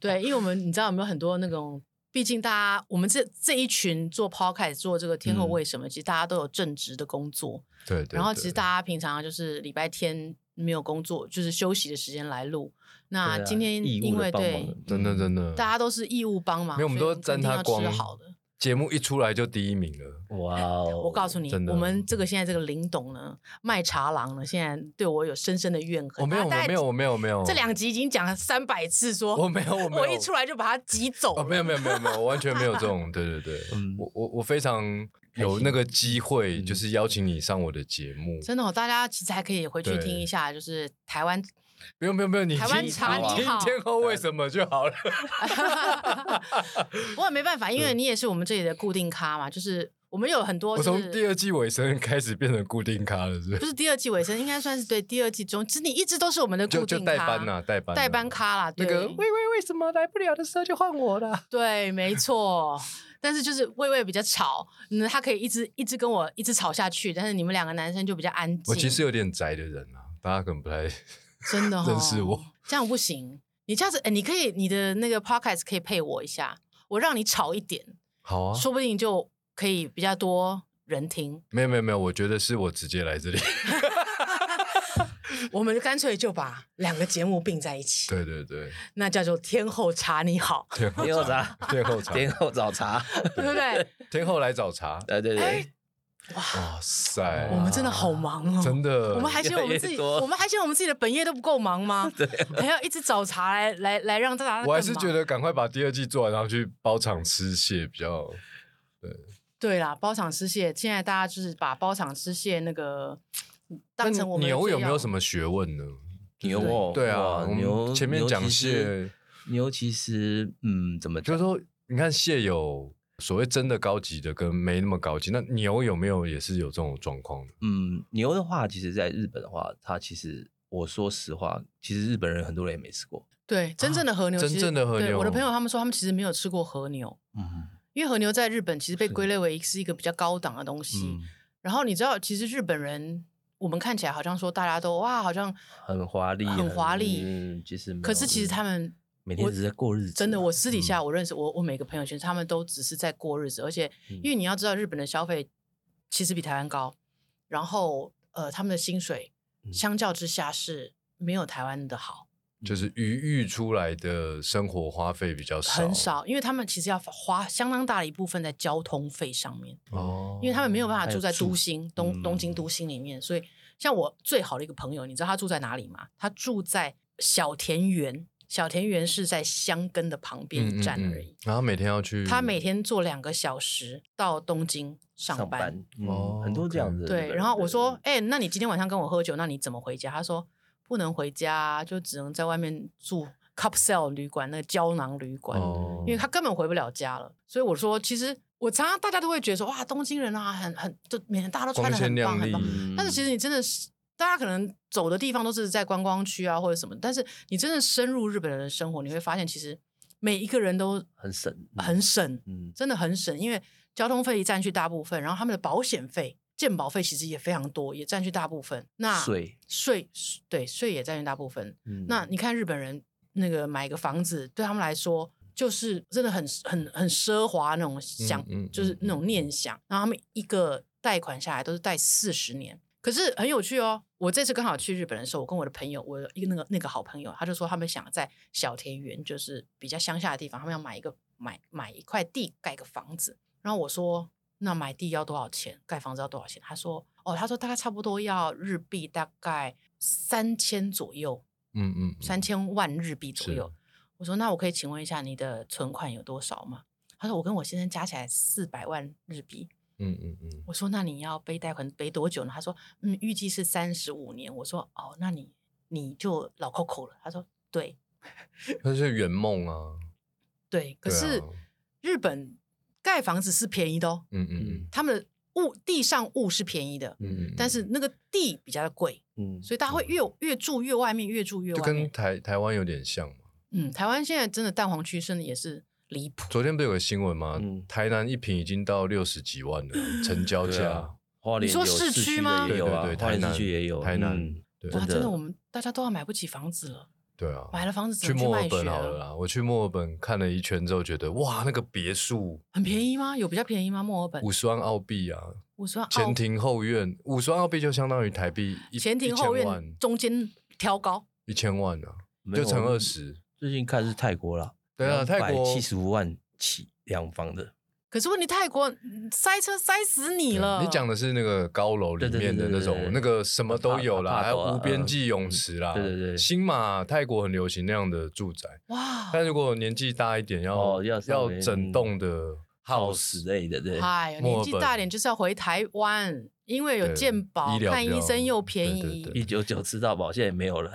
对，因为我们你知道有没有很多那种，毕竟大家我们这这一群做 podcast 做这个天后
嗯
为什么，其实大家都有正职的工作，
对对
然后其实大
家
家平常就是礼拜天没有工作，就是休息的时间来录。那
对啊
今天
义务的
因为
帮忙
对嗯
了
真的真的，
大家都是义务帮忙，
没有我们
所以
都沾
一定
他
要吃
光哦
好的。
节目一出来就第一名了。
哇哦，
我告诉你
真，的
我们这个现在这个林董呢，卖茶郎呢，现在对我有深深的怨恨。
我哦没有，
他
我
大概
没有，我没有，没有。
这两集已经讲了三百次说，
哦我没有，我没有。
一出来就把他挤走
哦，
了。
没有没有没有没有，我完全没有这种，对对 对，
嗯
我我我非常有那个机会，就是邀请你上我的节目，
真的、哦，大家其实还可以回去
对
听一下，就是台湾
不用不用不用，你
台湾
听
茶
你
你
听
好
天后为什么就好了，
我也没办法，因为你也是我们这里的固定咖嘛，就是我们有很多、
我
就是，
从第二季尾声开始变成固定咖了，是不
不
是？
是第二季尾声，应该算是对第二季中，其实你一直都是我们的
就
固
就
定
代
咖，
班呐，代班啊
代班咖啦，
那
对、
个喂喂为什么来不了的时候就换我了，
对，没错。但是就是魏魏比较吵，嗯，他可以一直一直跟我一直吵下去，但是你们两个男生就比较安静。
我其实有点宅的人啊，大家可能不 太
真的、哦、
认识我，
这样不行。你这样子，哎，你可以你的那个 podcast 可以配我一下，我让你吵一点，
好啊，
说不定就可以比较多人 听。
没有没有没有，我觉得是我直接来这里，
我们干脆就把两个节目并在一起，
对对对，
那叫做天后茶你好，
天后
天后 茶，
天后茶，
天后早茶，
对不对？
天后来找茶，
对对
哎
对，
哇塞，啊
我们真的好忙哦，
真的，
我们还嫌我们自己，
越来越多
我们还嫌我们自己的本业都不够忙 吗？还要一直找茬来来来让大家更忙。
我还是觉得赶快把第二季做完，然后去包场吃蟹比较。
对啦，包场吃蟹，现在大家就是把包场吃蟹那个当成我们的
牛有没有什
么？
么学问呢？
牛哦，
对
哇
啊，我
牛
们前面
牛
讲
其实
蟹，
牛其实嗯，怎么
就
讲
是说，你看蟹有所谓真的高级的跟没那么高级，那牛有没有也是有这种状况的？
嗯，牛的话，其实在日本的话，它其实我说实话，其实日本人很多人也没吃过。
对，真正的和牛
啊
其实，
真正的和牛
对我的朋友他们说，他们其实没有吃过和牛，
嗯
因为和牛在日本其实被归类为是一个比较高档的东西。
嗯，
然后你知道，其实日本人我们看起来好像说大家都哇，好像
很华丽，
很华丽
嗯，其实没有
可是其实他们
每天
我
只是在过日子啊。
真的，我私底下我认识我我每个朋友圈，他们都只是在过日子，而且
嗯
因为你要知道，日本的消费其实比台湾高，然后呃，他们的薪水
嗯
相较之下是没有台湾的好，嗯
就是余裕出来的生活花费比较少，嗯
很少，因为他们其实要花相当大的一部分在交通费上面，
哦，
因为他们没有办法
还
住
有
在都
住
心东东京
嗯
都心里面，所以像我最好的一个朋友，你知道他住在哪里吗？他住在小田园，小田园是在箱根的旁边一站而已。
嗯嗯嗯然后每天要去，
他每天坐两个小时到东京上
上班，
哦
嗯，很多这样子的日本人。
对，然后我
嗯
说：“哎、那你今天晚上跟我喝酒，那你怎么回家？”他说：“不能回家，啊就只能在外面住 Cupcell 旅馆，那个胶囊旅馆，
哦
嗯
因为他根本回不了家了。”所以我说，其实我常常大家都会觉得说：“哇，东京人啊，很很就每天大家都穿
光
的
鲜
很棒
亮
很
丽
棒。”，
嗯，
但是其实你真的是，大家可能走的地方都是在观光区啊或者什么，但是你真的深入日本人的生活，你会发现其实每一个人都
很省，
很省，
嗯，
真的很省，因为交通费占据大部分，然后他们的保险费、健保费其实也非常多，也占据大部分。那
税，
税对税也占据大部分。
嗯
那你看日本人那个买个房子，对他们来说就是真的很很很奢华那种想，
嗯嗯
就是那种念想。然后他们一个贷款下来都是贷四十年。可是很有趣哦，我这次刚好去日本的时候，我跟我的朋友，我的一个那个那个好朋友，他就说他们想在小田园，就是比较乡下的地方，他们要买一个买买一块地盖个房子。然后我说，那买地要多少钱？盖房子要多少钱？他说，哦，他说大概差不多要日币大概三千左右，
嗯嗯，
三千万日币左
是
右。我说，那我可以请问一下你的存款有多少吗？他说，我跟我先生加起来四百万日币。
嗯嗯嗯，
我说那你要背贷款背多久呢？他说，嗯，预计是三十五年。我说，哦，那你你就老扣扣了。他说，对
那是圆梦啊，
对，可
对啊
是日本盖房子是便宜的哦，
嗯嗯
他们的物地上物是便宜的，
嗯嗯，
但是那个地比较贵，
嗯，
所以大家会越越住越外面，越住越
就
外
跟
面。
台台湾有点像嘛。
嗯，台湾现在真的蛋黄区真的也是离谱，
昨天不是有个新闻吗？
嗯
台南一平已经到六十几万了，成交
对啊
价。
花莲
你说
有
市区
的
吗
也
对
有啊，
对对，
花
台
莲
南
市区也有，
台南
嗯，
对
哇，
真的
真的，我们大家都要买不起房子了，
对啊，
买了房子只
去
能去
墨
卖
尔
血啊
本好了
了，
啦，我去墨尔本看了一圈之后，觉得哇，那个别墅
很便宜吗？有比较便宜吗？墨尔本
嗯五十万澳币啊，
五十万澳
前庭后院五十万澳币就相当于台币一
前庭后院中间挑高，
一千万啊，
没有
就乘
我们
二十。
最近看是泰国啦，
对啊，泰国
七十五万起两房的，
可是问题泰国嗯塞车塞死你
对啊
了。
你讲的是那个高楼里面的那
对对对对
种
对，
那个什么都有啦，
Apart-
还有
apart-
无边际泳池啦，
啊嗯对对对
新马泰国很流行那样的住宅，
哇，
但如果年纪大一点，要
哦要稍
要
微
整栋的 house，
house 类的，对，
哎呀，
墨
年
尔
纪
本
大一点就是要回台湾，因为有
对
健保
医疗
看
比较
医生又便
对对
宜
对。
一九九吃到饱，现在也没有 了。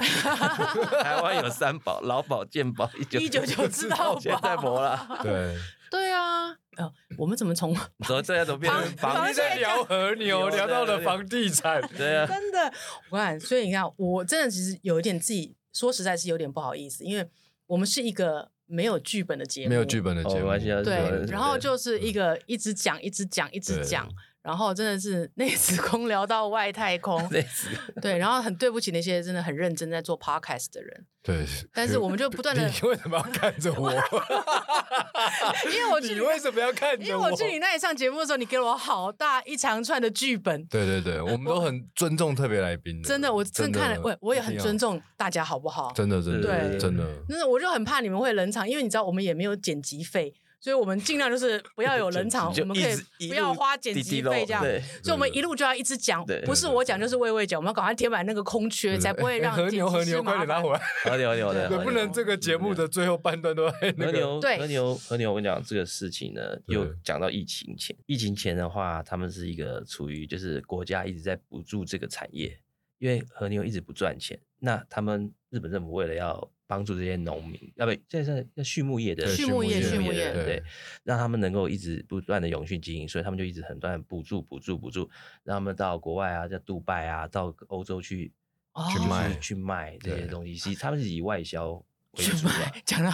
台湾有三宝：劳保、健保、一九
199吃到饱
现在没 了。
对，
对啊，呃，我们怎么 从
怎么这样？怎么变成
房
我
房
们
房
地
现
在
在
聊和牛，
有的
聊到了房地产，
对啊，
真的，我看，所以你看，我真的其实有一点自己说实在是有点不好意思，因为我们是一个没有剧本的节目，
没有剧本的
哦
节
没
目，
关系啊没有
对
人，
然后就是一个一直讲，一直讲，一直
对
讲，然后真的是内子宫聊到外太 空，
类似
对，然后很对不起那些真的很认真在做 podcast 的人，
对，
但是我们就不断地
你为什么要看着我？
因 为我去
你
那
为什么要看
因为
着
我去你那里上节目的时候，你给了我好大一长串的剧本，
对对对，我们都很尊重特别来宾的，
哎真的，我真的看了，我我也很尊，重大家，好不好
一？定要真的真的
对
真的，
真的，我就很怕你们会冷场，因为你知道我们也没有剪辑费，所以我们尽量就是不要有冷场，
就
我们可
一直
以
一
不
路
要花剪
滴滴
辑
漏
费这样。
对
所以，我们一路就要一直讲
对，哎
不是我讲就是魏魏讲，我们要赶快填满那个空缺，才不会让
哎和牛
剪辑
和
师
牛
麻
快点
烦
拉回来，
和牛，和牛的，
对，
和
不
牛
能这个节目的最后半段都在那
和
个。
牛，
对
和牛，和牛，我跟你讲这个事情呢，
对
又讲到疫情前。疫情前的话，他们是一个处于就是国家一直在补助这个产业，因为和牛一直不赚钱。那他们日本政府为了要帮助这些农民，要不现在是要畜牧业的
对
畜牧业畜牧
的
业
人
对
对，让他们能够一直不断的永续经营，所以他们就一直很断地补助补助补助，让他们到国外啊，在杜拜啊，到欧洲去
哦
就是
卖
去卖这些
对
东西，其实他们是以外销为
去
主啊的。
卖，讲到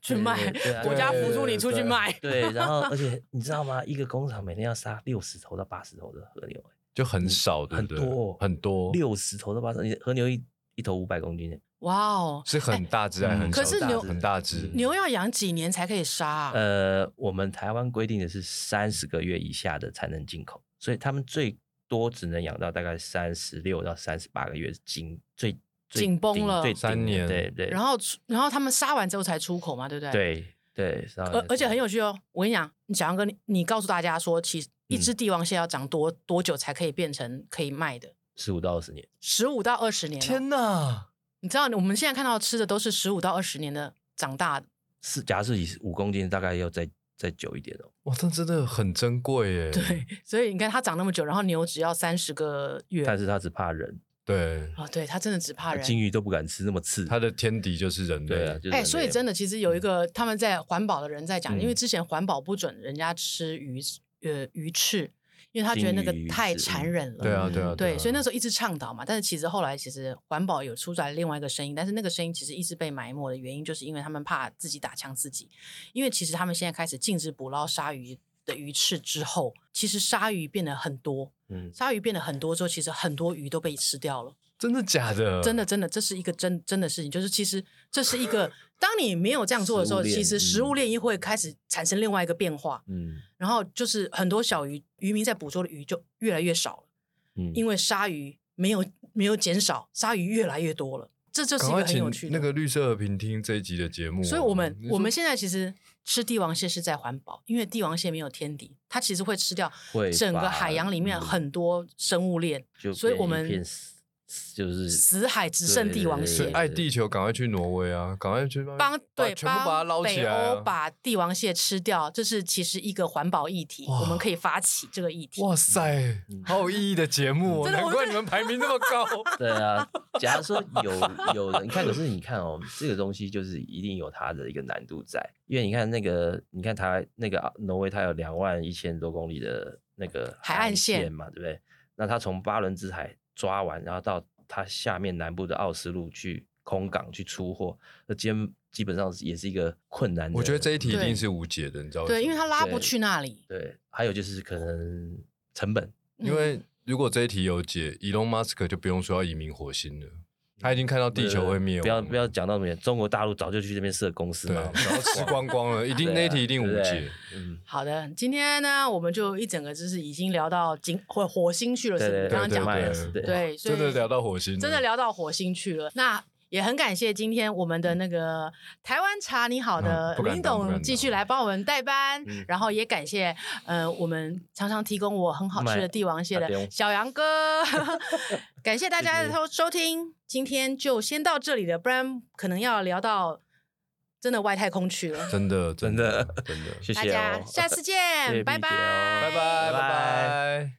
去
对
卖
对 啊，
国家辅助你出去
对
卖，
对，然后而且你知道吗？一个工厂每天要杀六十头到八十头的和牛、
就很少，对
很
不对
多哦
很多，
六十头到八十，你和牛一一头五百公斤耶，
哇哦，
是很大只，还
嗯
很
可
小
是
只
牛
很大只，
牛要养几年才可以杀啊？
呃，我们台湾规定的是三十个月以下的才能进口，所以他们最多只能养到大概三十六到三十八个月，紧最最
紧绷
顶
了
最
三
顶的
年
对对，
然后出，然后他们杀完之后才出口嘛，对不对？。
对对，然后
而而且很有趣哦，我跟你讲，你小杨哥，你你告诉大家说，其实一只帝王蟹要长
嗯
多、多久才可以变成可以卖的？
十五到二十年，
十五到二十年、哦
天！哪！
你知道我们现在看到吃的都是十五到二十年的长大的，
是假设以五公斤，大概要再再久一点哦。
哇，这真的很珍贵耶！
对，所以你看它长那么久，然后牛只要三十个月，
但是它只怕人，
对，
哦，对，它真的只怕人。
金鱼都不敢吃那么刺。
它的天敌就是人
对啊，
类
就，是
哎、
人
所以
类
真的，其实有一个他们在环保的人在讲，因为
嗯
之前环保不准人家吃鱼呃鱼翅，因为他觉得那个
鲸鱼
太
翅
残忍了。
对啊，
嗯
对啊，
对，所以那
时
时候一直倡导嘛，但是其实后来其实环保有出来另外一个声音，但是那个声音其实一直被埋没的原因，就是因为他们怕自己打枪自己，因为其实他们现在开始禁止捕捞鲨鱼的鱼翅之后，其实鲨鱼变得很多，
嗯，
鲨鱼变得很多之后，其实很多鱼都被吃掉了，
真的假的？
真的真的，这是一个真真的事情，就是其实这是一个，当你没有这样做的时候，
食物链
其实食物
嗯
链又会开始产生另外一个变化，
嗯
然后就是很多小鱼渔民在捕捉的鱼就越来越少了。
嗯，
因
为
为鲨鱼没有没有减少，鲨鱼越来越多了。这就是
赶
一
快
个很有趣
请
的。
那个绿色和平听这一集的节目啊、
所以我们
你说
我们现在其实吃帝王蟹是在环保，因为帝王蟹没有天敌，它其实会吃掉
会
整个
把
海洋里面
嗯
很多生物链，
就
所以
变
我们
一片死死就是
死海只剩帝王蟹
所以爱地球，赶快去挪威啊，赶快去把
帮对
全部把它捞
帮
起
北
来、
欧
啊。
把帝王蟹吃掉，这是其实一个环保议题，
哇
我们可以发起这个议题。
哇塞，
嗯
好有意义的节目、哦，
真的
难
我
怪
真
你
的
们排名那么 高。
对啊，假如说有有人，你看，可是你看哦，这个东西就是一定有它的一个难度在，因为你看那个，你看台湾那个啊挪威，它有两万一千多公里的那个
海岸线
线嘛，对不对？那它从巴伦支海抓完，然后到它下面南部的奥斯陆去空港去出货，那基基本上是也是一个困难的。
我觉得这一题一
对
定是无解的，你知道吗？
对，因为它拉不
对
去那里。
对，还有就是可能成本，
嗯
因为如果这一题有解，Elon Musk 就不用说要移民火星了，他已经看到地球会灭亡，嗯
不要不要，讲到那么远，中国大陆早就去那边设公司
对，
嘛，
然 后吃光光了，一定那
对
一
啊
题一定无。
对不
解
对。嗯，
好的，今天呢，我们就一整个就是已经聊到金火火星去了，是不是？
对
刚刚讲
对
的，
对
对，所以
真的聊到火星了，
真的聊到火星去了。那也很感谢今天我们的那个台湾茶你好
嗯
的
不敢
林
当不敢
董
当
继续来帮我们代班
嗯，
然后也感谢呃我们常常提供我很好吃的
买
帝王蟹
打电
的
话
小杨哥，感谢大家的收收听，今天就先到这里了，不然可能要聊到真的外太空去 了。
真的真的真的，
谢
大
谢
家
哦，
下次
谢谢
见，拜
B 姐哦
拜，
拜拜拜
拜
拜。